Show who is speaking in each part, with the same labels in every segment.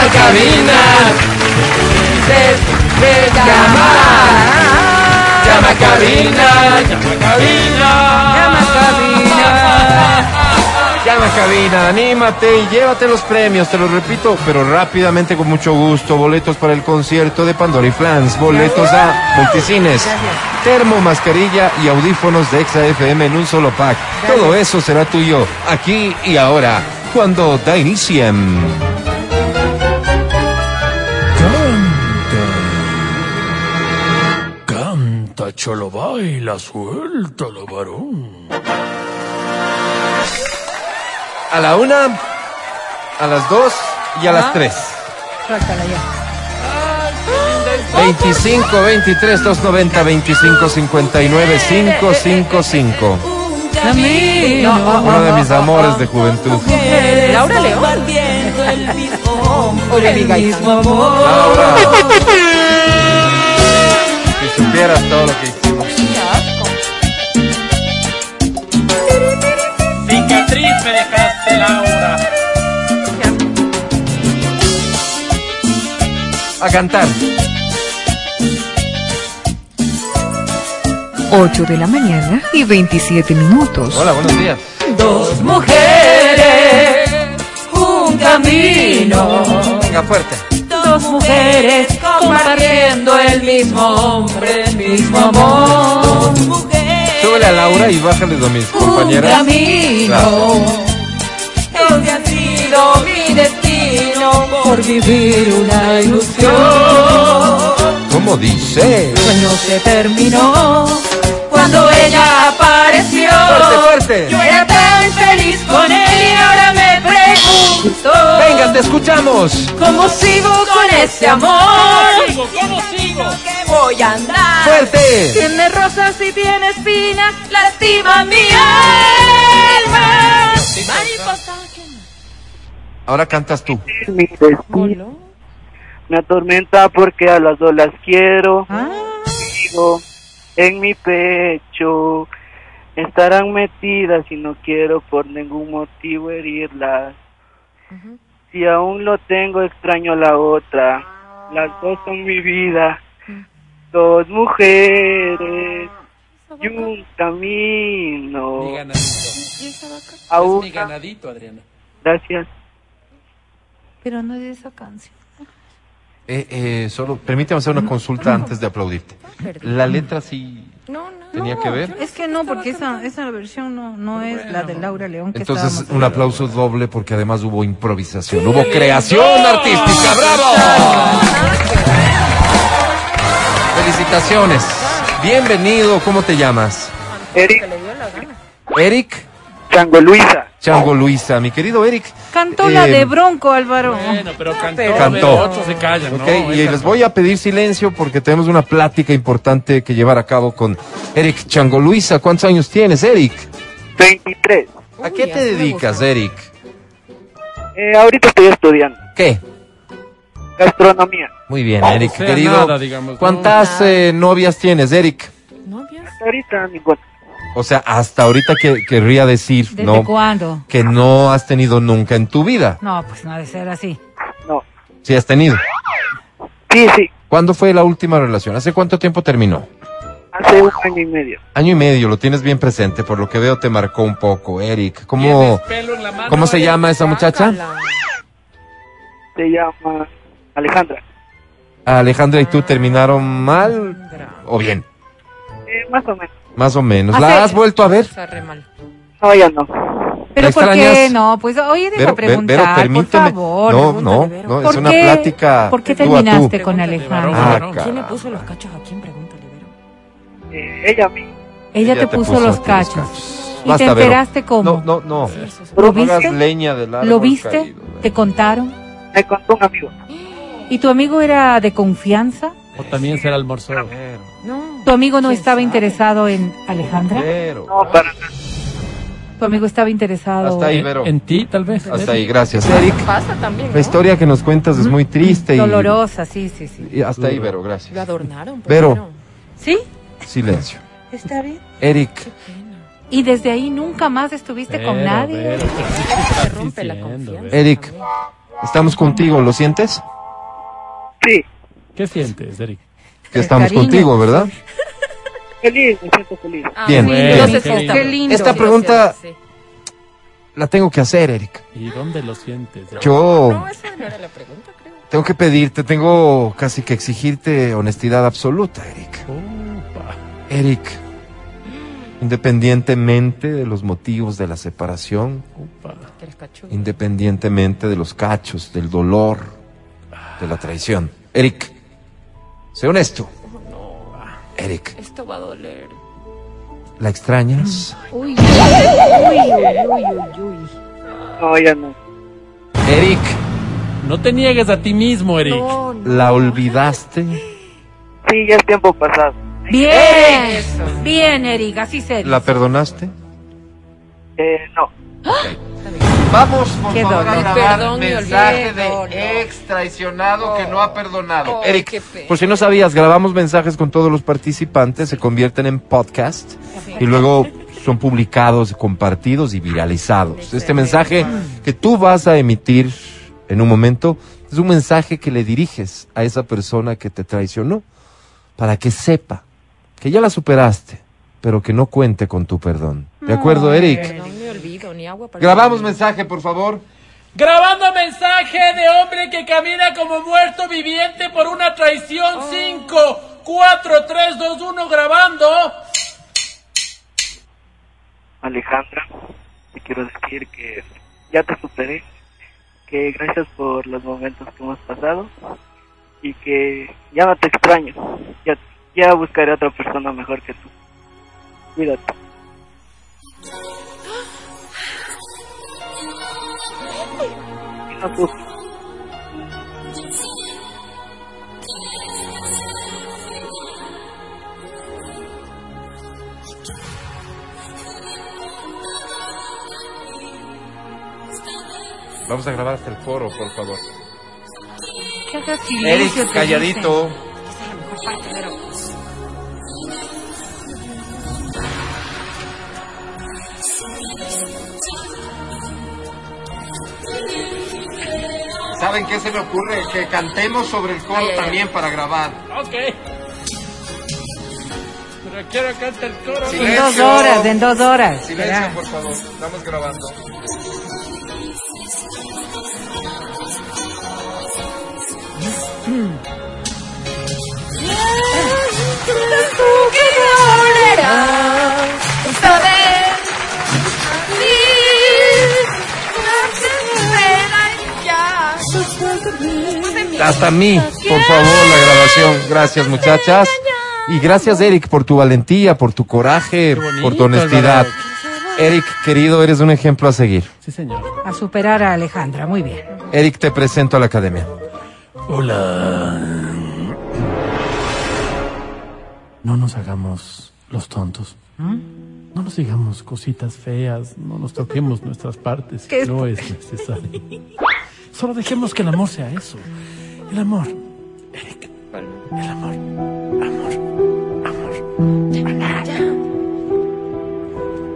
Speaker 1: cabinas. Llama, llama cabina, llama cabina,
Speaker 2: Llama cabina.
Speaker 1: llama cabina, anímate y llévate los premios, te lo repito, pero rápidamente con mucho gusto, boletos para el concierto de Pandora y Flans, boletos a Multicines, termo, mascarilla y audífonos de Exa FM en un solo pack. Todo eso será tuyo, aquí y ahora, cuando da inicio.
Speaker 3: Canta, cholo, baila, suéltalo, varón.
Speaker 1: A la una, a las dos y a las
Speaker 2: Ajá.
Speaker 1: tres.
Speaker 2: Suéltala ya.
Speaker 1: 25 23 290 25 59 555.
Speaker 2: Dame. No, oh,
Speaker 1: Uno de mis amores de juventud.
Speaker 2: Laura León. Oye, mi gaita.
Speaker 1: Laura. Si supieras todo lo que hicimos.
Speaker 4: Cicatriz me dejaste, Laura.
Speaker 1: A cantar.
Speaker 5: 8 de la mañana y 27 minutos.
Speaker 1: Hola, buenos días.
Speaker 2: Dos mujeres, un camino.
Speaker 1: Venga, fuerte.
Speaker 2: Dos mujeres compartiendo el mismo hombre, el mismo amor.
Speaker 1: Súbele a Laura y bájale a mis compañeras.
Speaker 2: Un camino. Donde ha sido mi destino por vivir una ilusión.
Speaker 1: ¿Cómo dice?
Speaker 2: Sueño Pues se terminó cuando ella apareció.
Speaker 1: Fuerte, fuerte.
Speaker 2: Yo era tan feliz con él y ahora me pregunto.
Speaker 1: Venga, te escuchamos.
Speaker 2: ¿Cómo sigo con ese amor?
Speaker 4: Sigo, ¿Cómo sigo?
Speaker 2: que voy a andar.
Speaker 1: Fuerte.
Speaker 2: Tiene rosas y tiene espinas, lastima mi alma. Mariposa
Speaker 1: Ahora cantas tú.
Speaker 6: mi destino. Me atormenta porque a las dos las quiero. Digo, En mi pecho estarán metidas y no quiero por ningún motivo herirlas. Si aún lo tengo, extraño a la otra. Las dos son mi vida. Dos mujeres y un camino. Aún-
Speaker 4: ganadito, Adriana.
Speaker 6: Gracias.
Speaker 5: Pero no es esa canción.
Speaker 1: Eh, eh, solo permíteme hacer una consulta antes de aplaudirte. La letra sí
Speaker 7: Ah, No, no.
Speaker 1: tenía que ver.
Speaker 7: Es que no, porque esa, esa versión no, no es la de Laura León que
Speaker 1: Entonces,
Speaker 7: estábamos
Speaker 1: un aplauso doble porque además hubo improvisación, hubo creación artística, bravo. Felicitaciones. Bienvenido, ¿cómo te llamas?
Speaker 6: Eric
Speaker 1: Eric
Speaker 6: Chango Luisa.
Speaker 1: Chango Luisa, mi querido Eric.
Speaker 7: Cantó la
Speaker 1: Eh,
Speaker 7: de Bronco, Álvaro.
Speaker 4: Bueno, pero cantó.
Speaker 1: Cantó.
Speaker 4: pero Otros se callan,
Speaker 1: Ok,
Speaker 4: ¿no?
Speaker 1: y
Speaker 4: Esa
Speaker 1: les
Speaker 4: no.
Speaker 1: voy a pedir silencio porque tenemos una plática importante que llevar a cabo con Eric Chango Luisa. ¿Cuántos años tienes, Eric?
Speaker 6: 23.
Speaker 1: ¿A qué te dedicas, Eric?
Speaker 6: Eh, ahorita estoy estudiando
Speaker 1: ¿Qué?
Speaker 6: gastronomía.
Speaker 1: Muy bien,
Speaker 4: No
Speaker 1: Eric,
Speaker 4: sea
Speaker 1: querido.
Speaker 4: nada, digamos, ¿no?
Speaker 1: ¿Cuántas eh, novias tienes, Eric?
Speaker 6: Ahorita ninguna.
Speaker 1: O sea, hasta ahorita que querría decir,
Speaker 7: ¿Desde
Speaker 1: ¿no?
Speaker 7: cuándo?
Speaker 1: Que no has tenido nunca en tu vida.
Speaker 7: No, pues no ha de ser así.
Speaker 6: No.
Speaker 1: Si has tenido.
Speaker 6: Sí, sí.
Speaker 1: ¿Cuándo fue la última relación? ¿Hace cuánto tiempo terminó?
Speaker 6: Hace un año y medio.
Speaker 1: Año y medio, lo tienes bien presente, por lo que veo te marcó un poco, Eric. ¿Cómo,
Speaker 4: Tienes pelo en la mano,
Speaker 1: ¿cómo se
Speaker 4: Adriana.
Speaker 1: llama esa muchacha?
Speaker 6: Se llama Alejandra.
Speaker 1: Alejandra y tú terminaron mal o bien,
Speaker 6: Eh, más o menos.
Speaker 1: más o menos.
Speaker 7: Hace-
Speaker 1: ¿La has vuelto
Speaker 2: Ah.
Speaker 1: a ver?
Speaker 6: No, ya no.
Speaker 7: ¿Pero
Speaker 1: ¿La
Speaker 7: por qué
Speaker 1: extrañas?
Speaker 7: no? Pues, oye, deja
Speaker 1: Vero, Vero,
Speaker 7: preguntar,
Speaker 1: permíteme.
Speaker 7: por favor.
Speaker 1: No,
Speaker 7: pregúntale,
Speaker 1: no,
Speaker 7: Vero.
Speaker 1: no, es
Speaker 7: ¿Por
Speaker 1: una
Speaker 7: qué-
Speaker 1: plática
Speaker 7: ¿Por qué
Speaker 1: tú a tú.
Speaker 7: terminaste con
Speaker 4: varón,
Speaker 7: Alejandro?
Speaker 1: Ah,
Speaker 4: varón.
Speaker 1: cara.
Speaker 7: los cachos a quién? Pregúntale, Vero.
Speaker 6: Eh, ella a mí.
Speaker 7: Ella, te, puso,
Speaker 1: a
Speaker 7: los
Speaker 1: ti
Speaker 7: cachos. ¿Y
Speaker 1: Basta,
Speaker 7: te
Speaker 1: Vero.
Speaker 7: enteraste cómo?
Speaker 1: No, no, no.
Speaker 7: ¿Lo
Speaker 1: No hagas
Speaker 7: viste?
Speaker 1: leña del
Speaker 7: ¿Lo
Speaker 1: árbol
Speaker 7: viste?
Speaker 1: caído, Vero.
Speaker 7: ¿Te contaron?
Speaker 6: Me contó un amigo.
Speaker 7: ¿Y tu amigo era de confianza?
Speaker 4: O también será almorzó.
Speaker 1: Eh,
Speaker 7: ¿Tu amigo no estaba interesado en Alejandra?
Speaker 1: Vero.
Speaker 6: No, para nada.
Speaker 7: Tu amigo estaba interesado.
Speaker 1: Hasta ahí, Vero.
Speaker 4: En, en ti, tal vez.
Speaker 1: Hasta ahí, gracias. Eric,
Speaker 8: Pasa también.
Speaker 1: la historia que nos cuentas es muy triste y,
Speaker 7: Dolorosa, pues, sí, sí, sí.
Speaker 1: y hasta ahí, Vero, gracias.
Speaker 8: Lo adornaron. ¿por
Speaker 1: Vero.
Speaker 8: qué no?
Speaker 7: ¿Sí?
Speaker 1: Silencio.
Speaker 7: Está bien.
Speaker 1: Eric,
Speaker 7: Y desde ahí nunca más estuviste
Speaker 4: Vero,
Speaker 7: con nadie.
Speaker 4: Vero, ¿qué estás
Speaker 8: rompe la
Speaker 4: diciendo,
Speaker 7: pues,
Speaker 8: confianza.
Speaker 4: Vero?
Speaker 1: Eric, estamos contigo, ¿lo sientes?
Speaker 6: Sí,
Speaker 4: ¿Qué sientes, Derek?
Speaker 1: Que estamos
Speaker 7: Cariño.
Speaker 1: contigo, ¿verdad?
Speaker 6: feliz, me siento feliz.
Speaker 7: Ah,
Speaker 1: Bien.
Speaker 4: Bueno,
Speaker 2: Yo sé
Speaker 4: qué lindo.
Speaker 5: Qué lindo.
Speaker 1: Esta pregunta la tengo que hacer, Erika.
Speaker 4: ¿Y dónde lo sientes? Derek?
Speaker 1: Yo
Speaker 2: No, esa no era la pregunta, creo.
Speaker 1: tengo que pedirte, tengo casi que exigirte honestidad absoluta, Erika.
Speaker 4: Opa.
Speaker 1: Eric,
Speaker 2: Mm.
Speaker 1: independientemente de los motivos de la separación,
Speaker 4: Opa.
Speaker 2: Que los cachudos.
Speaker 1: independientemente de los cachos, del dolor, de la traición. Eric, sé honesto. Eric,
Speaker 2: Oh, Esto va a doler.
Speaker 1: ¿la extrañas?
Speaker 6: No, ya no.
Speaker 1: Eric,
Speaker 4: No te niegues a ti mismo, Eric.
Speaker 2: Oh,
Speaker 1: ¿la olvidaste?
Speaker 6: Sí, ya es tiempo pasado.
Speaker 7: Bien, bien, Eric, así se dice.
Speaker 1: ¿La perdonaste?
Speaker 6: Eh, no.
Speaker 1: Vamos, por
Speaker 7: Qué
Speaker 1: favor, a
Speaker 7: dolor.
Speaker 1: grabar
Speaker 2: Perdón, me
Speaker 1: mensaje
Speaker 2: olvidé. No, no.
Speaker 1: de ex traicionado que no ha perdonado.
Speaker 2: Oh, qué
Speaker 1: Eric,
Speaker 2: pena.
Speaker 1: por si no sabías, grabamos mensajes con todos los participantes, se convierten en podcast y luego son publicados, compartidos y viralizados. Este mensaje que tú vas a emitir en un momento es un mensaje que le diriges a esa persona que te traicionó para que sepa que ya la superaste, pero que no cuente con tu perdón. ¿De acuerdo, Eric?
Speaker 2: No me olvido, ni agua para.
Speaker 1: Grabamos mensaje, por favor.
Speaker 4: Grabando mensaje de hombre que camina como muerto viviente por una traición. 5, 4, 3, 2, 1, grabando.
Speaker 6: Alejandra, te quiero decir que ya te superé, que gracias por los momentos que hemos pasado y que ya no te extraño, ya, ya buscaré otra persona mejor que tú. Cuídate. Y no sufres.
Speaker 1: Vamos a grabar hasta el coro, por favor.
Speaker 7: Que haga silencio,
Speaker 1: Eric,
Speaker 7: te
Speaker 1: calladito. ¿Saben qué se me ocurre? Que cantemos sobre el coro también para grabar.
Speaker 4: Ok. Pero quiero cantar el coro.
Speaker 7: dicen. En dos horas, en dos horas. Verá.
Speaker 1: por favor. Estamos grabando. Hasta mí, por favor, la grabación. Gracias, muchachas. Y gracias, Eric, por tu valentía, por tu coraje,
Speaker 4: Qué bonito,
Speaker 1: por tu honestidad.
Speaker 4: Alvarado.
Speaker 1: Eric, querido, eres un ejemplo a seguir.
Speaker 4: Sí, señor.
Speaker 7: A superar a Alejandra, muy bien.
Speaker 1: Eric, te presento a la academia.
Speaker 3: Hola. No nos hagamos los tontos.
Speaker 7: ¿Mm?
Speaker 3: No nos digamos cositas feas, no nos toquemos nuestras partes.
Speaker 7: ¿Qué es?
Speaker 3: No es necesario. Solo dejemos que el amor sea eso. El amor. Eric. El amor. Amor. Amor. Amor.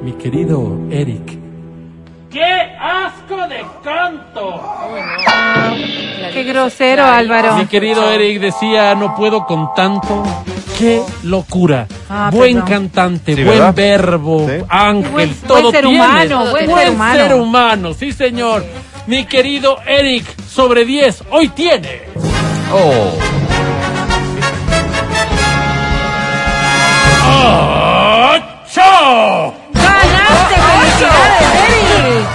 Speaker 3: Mi querido Eric.
Speaker 4: ¡Qué asco de canto!
Speaker 7: Qué grosero, Álvaro.
Speaker 1: Ah,
Speaker 4: Mi
Speaker 7: Ah.
Speaker 4: querido Eric decía, no puedo con tanto. ¡Qué locura!
Speaker 7: Ah,
Speaker 4: buen
Speaker 7: perdón.
Speaker 4: cantante,
Speaker 1: Sí,
Speaker 4: buen
Speaker 1: ¿verdad?
Speaker 4: verbo,
Speaker 1: Sí.
Speaker 4: ángel,
Speaker 7: Buen- buen
Speaker 4: todo
Speaker 7: ser
Speaker 4: tiene.
Speaker 7: humano, buen ser humano.
Speaker 4: ser humano, sí señor. Mi querido Eric, sobre 10, hoy tiene.
Speaker 1: Oh.
Speaker 4: ¡Ocho!
Speaker 7: ¡Ganaste!
Speaker 1: Ah,
Speaker 7: ¡Felicidades, Eric!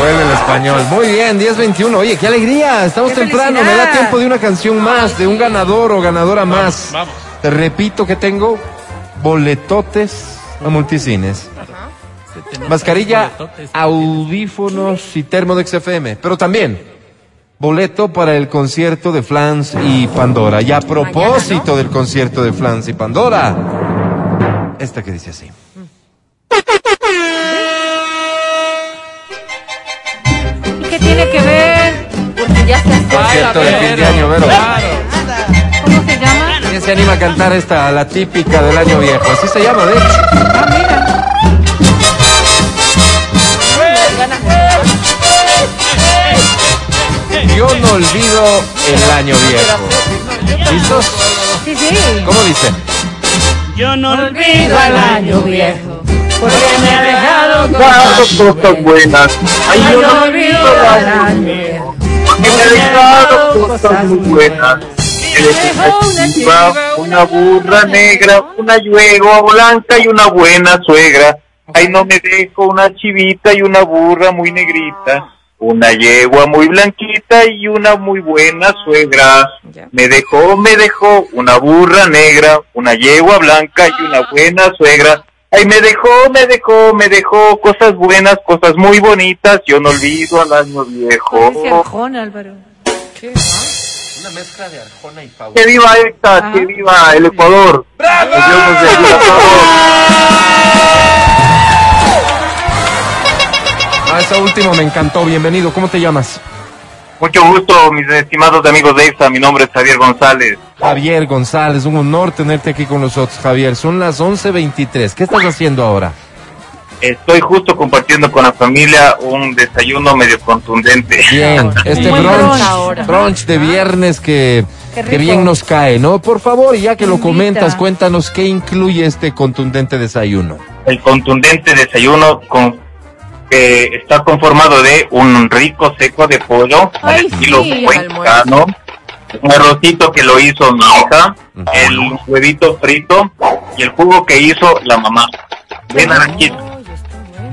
Speaker 1: Vuelve el español. Muy bien, 10-21. Oye, qué alegría. Estamos
Speaker 7: Qué
Speaker 1: temprano. Me da
Speaker 7: felicidad.
Speaker 1: tiempo de una canción más, de un ganador o ganadora más.
Speaker 4: vamos.
Speaker 1: Te repito que tengo boletotes a multicines. Mascarilla,
Speaker 4: Boletotes.
Speaker 1: audífonos y termo de XFM. Pero también boleto para el concierto de Flans y Pandora. Y a propósito del concierto de Flans y Pandora, esta que dice así.
Speaker 7: ¿Y qué tiene que ver?
Speaker 2: Porque ya se
Speaker 1: Concierto de fin de año, Vero.
Speaker 7: ¿Cómo se llama?
Speaker 1: ¿Quién se anima a cantar esta, la típica del año viejo? Así se llama, de hecho.
Speaker 2: ganas.
Speaker 1: Yo no olvido el año viejo. ¿Listos?
Speaker 7: Sí, sí.
Speaker 1: ¿Cómo dice?
Speaker 2: Yo no olvido el año viejo, porque me ha dejado
Speaker 8: Tantas
Speaker 2: cosas
Speaker 8: cosas buenas. Ay, yo no olvido
Speaker 2: el
Speaker 8: la
Speaker 2: año viejo.
Speaker 8: que me dejaron cosas muy buenas. Me dejó una chiva, una burra negra, una yegua blanca y una buena suegra. Ay, no me dejo una chivita y una burra muy negrita. Una yegua muy blanquita y una muy buena suegra. Me dejó, me dejó una burra negra, una yegua blanca y una buena suegra. Ay, me dejó, me dejó, me dejó cosas buenas, cosas muy bonitas. Yo no olvido al año viejo.
Speaker 7: Ese
Speaker 1: Oh.
Speaker 7: Arjona, Álvaro.
Speaker 1: Una mezcla de Arjona y Paula.
Speaker 8: ¡Que viva
Speaker 7: Ah.
Speaker 8: esta! ¡Que viva el Ecuador! ¡Bravo!
Speaker 1: Ah, esa última me encantó. Bienvenido. ¿Cómo te llamas?
Speaker 8: Mucho gusto, mis estimados amigos de EFSA. Mi nombre es Javier González.
Speaker 1: Javier González, un honor tenerte aquí con nosotros, Javier. Son las 11.23. ¿Qué estás haciendo ahora?
Speaker 8: Estoy justo compartiendo con la familia un desayuno medio contundente.
Speaker 1: Bien, este
Speaker 7: Muy brunch
Speaker 1: brunch,
Speaker 7: ahora.
Speaker 1: brunch de viernes que,
Speaker 7: Qué
Speaker 1: que bien
Speaker 7: rico.
Speaker 1: nos cae, ¿no? Por favor, ya que lo
Speaker 7: Invita.
Speaker 1: comentas, cuéntanos qué incluye este contundente desayuno.
Speaker 8: El contundente desayuno con, que está conformado de un rico seco de pollo, al
Speaker 7: Ay,
Speaker 8: estilo
Speaker 7: sí,
Speaker 8: mexicano, un arrocito que lo hizo mi hija,
Speaker 1: Ujú.
Speaker 8: el huevito frito y el jugo que hizo la mamá. De
Speaker 7: Ah.
Speaker 8: naranjita.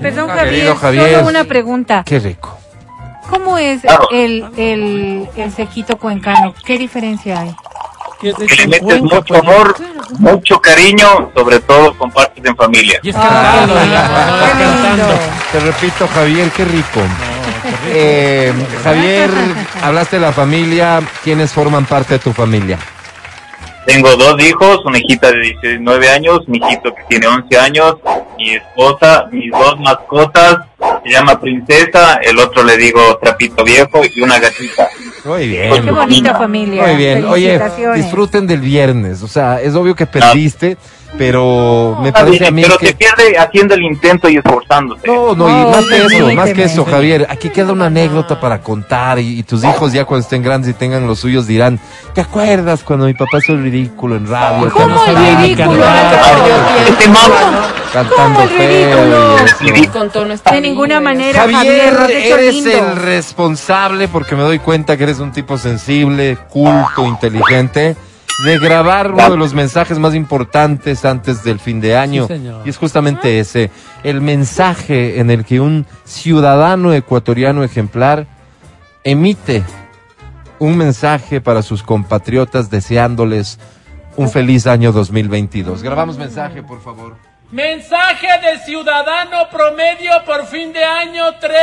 Speaker 7: Perdón,
Speaker 1: Querido
Speaker 7: Javier,
Speaker 1: Javier. Ah.
Speaker 7: solo una pregunta.
Speaker 1: Qué rico.
Speaker 7: ¿Cómo es
Speaker 8: Claro.
Speaker 7: el, el, el sequito cuencano? ¿Qué diferencia hay?
Speaker 3: Que te
Speaker 8: que le metes
Speaker 3: cuenta,
Speaker 8: mucho
Speaker 3: pues.
Speaker 8: amor, mucho cariño, sobre todo compartes en familia.
Speaker 3: Y es cantando,
Speaker 1: Ah,
Speaker 3: ¿verdad?
Speaker 1: qué
Speaker 3: cantando.
Speaker 1: Te repito, Javier, qué rico. Eh, Javier, hablaste de la familia, ¿quiénes forman parte de tu familia?
Speaker 8: Tengo dos hijos, una hijita de 19 años, mi hijito que tiene 11 años, mi esposa, mis dos mascotas, se llama Princesa, el otro le digo Trapito Viejo y una gatita.
Speaker 1: Muy
Speaker 8: Pues,
Speaker 1: bien.
Speaker 7: Qué bonita familia.
Speaker 1: Muy bien, oye,
Speaker 7: Felicitaciones.
Speaker 1: disfruten del viernes, o sea, es obvio que perdiste, pero me parece a mí
Speaker 8: Pero
Speaker 1: que...
Speaker 8: te pierde haciendo el intento y esforzándose.
Speaker 1: No, no, y
Speaker 7: No,
Speaker 1: más que eso,
Speaker 7: permíteme.
Speaker 1: más que eso, Javier, aquí queda una anécdota para contar y, y tus hijos ya cuando estén grandes y tengan los suyos dirán, ¿te acuerdas cuando mi papá hizo el ridículo en radio?
Speaker 7: ¿Cómo
Speaker 1: cuando
Speaker 7: el
Speaker 1: salía
Speaker 7: ridículo?
Speaker 1: cantando-
Speaker 8: Este mamá,
Speaker 1: Cantando
Speaker 7: ¿Cómo el
Speaker 1: feo y
Speaker 7: ridículo?
Speaker 1: eso.
Speaker 7: De ninguna manera, Javier,
Speaker 1: Javier,
Speaker 7: lo has hecho
Speaker 1: eres
Speaker 7: lindo.
Speaker 1: el responsable, porque me doy cuenta que eres un tipo sensible, culto, inteligente, de grabar uno de los mensajes más importantes antes del fin de año.
Speaker 3: Sí, señor.
Speaker 1: y es justamente ese, el mensaje en el que un ciudadano ecuatoriano ejemplar emite un mensaje para sus compatriotas deseándoles un feliz año 2022. Grabamos mensaje, por favor.
Speaker 4: Mensaje de ciudadano promedio por fin de año 3,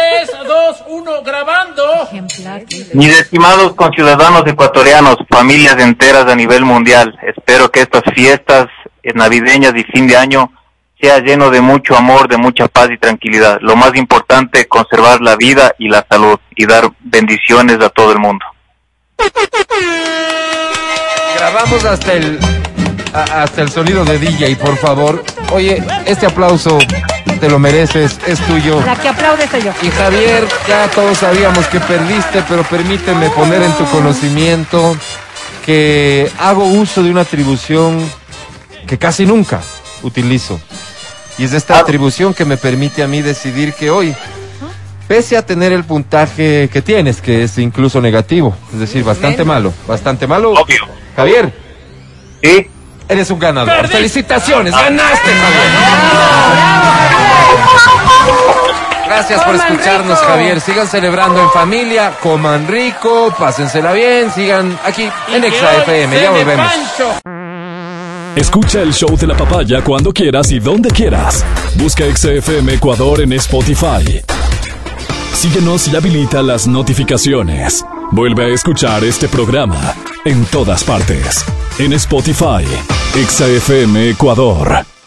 Speaker 4: 2, 1, grabando.
Speaker 7: Ejemplar.
Speaker 8: mis estimados conciudadanos ecuatorianos, familias enteras a nivel mundial, espero que estas fiestas navideñas y fin de año sea lleno de mucho amor, de mucha paz y tranquilidad. Lo más importante, conservar la vida y la salud y dar bendiciones a todo el mundo.
Speaker 1: Grabamos hasta el a- hasta el sonido de DJ, por favor. Oye, este aplauso te lo mereces, es tuyo.
Speaker 7: La que aplaude soy yo.
Speaker 1: Y Javier, ya todos sabíamos que perdiste, pero permíteme poner en tu conocimiento que hago uso de una atribución que casi nunca utilizo. Y es esta atribución que me permite a mí decidir que hoy, pese a tener el puntaje que tienes, que es incluso negativo, es decir, bastante malo, bastante malo.
Speaker 8: Obvio.
Speaker 1: Javier,
Speaker 8: ¿Sí?
Speaker 1: Eres un ganador.
Speaker 4: Perdí.
Speaker 1: Felicitaciones, ganaste, Javier. Gracias por
Speaker 7: Coman
Speaker 1: escucharnos,
Speaker 7: rico.
Speaker 1: Javier. Sigan celebrando en familia, coman rico, pásensela bien, sigan aquí en Exa FM. Ya volvemos.
Speaker 9: Escucha el show de la papaya cuando quieras y donde quieras. Busca XFM Ecuador en Spotify. Síguenos y habilita las notificaciones. Vuelve a escuchar este programa en todas partes. En Spotify, XFM Ecuador.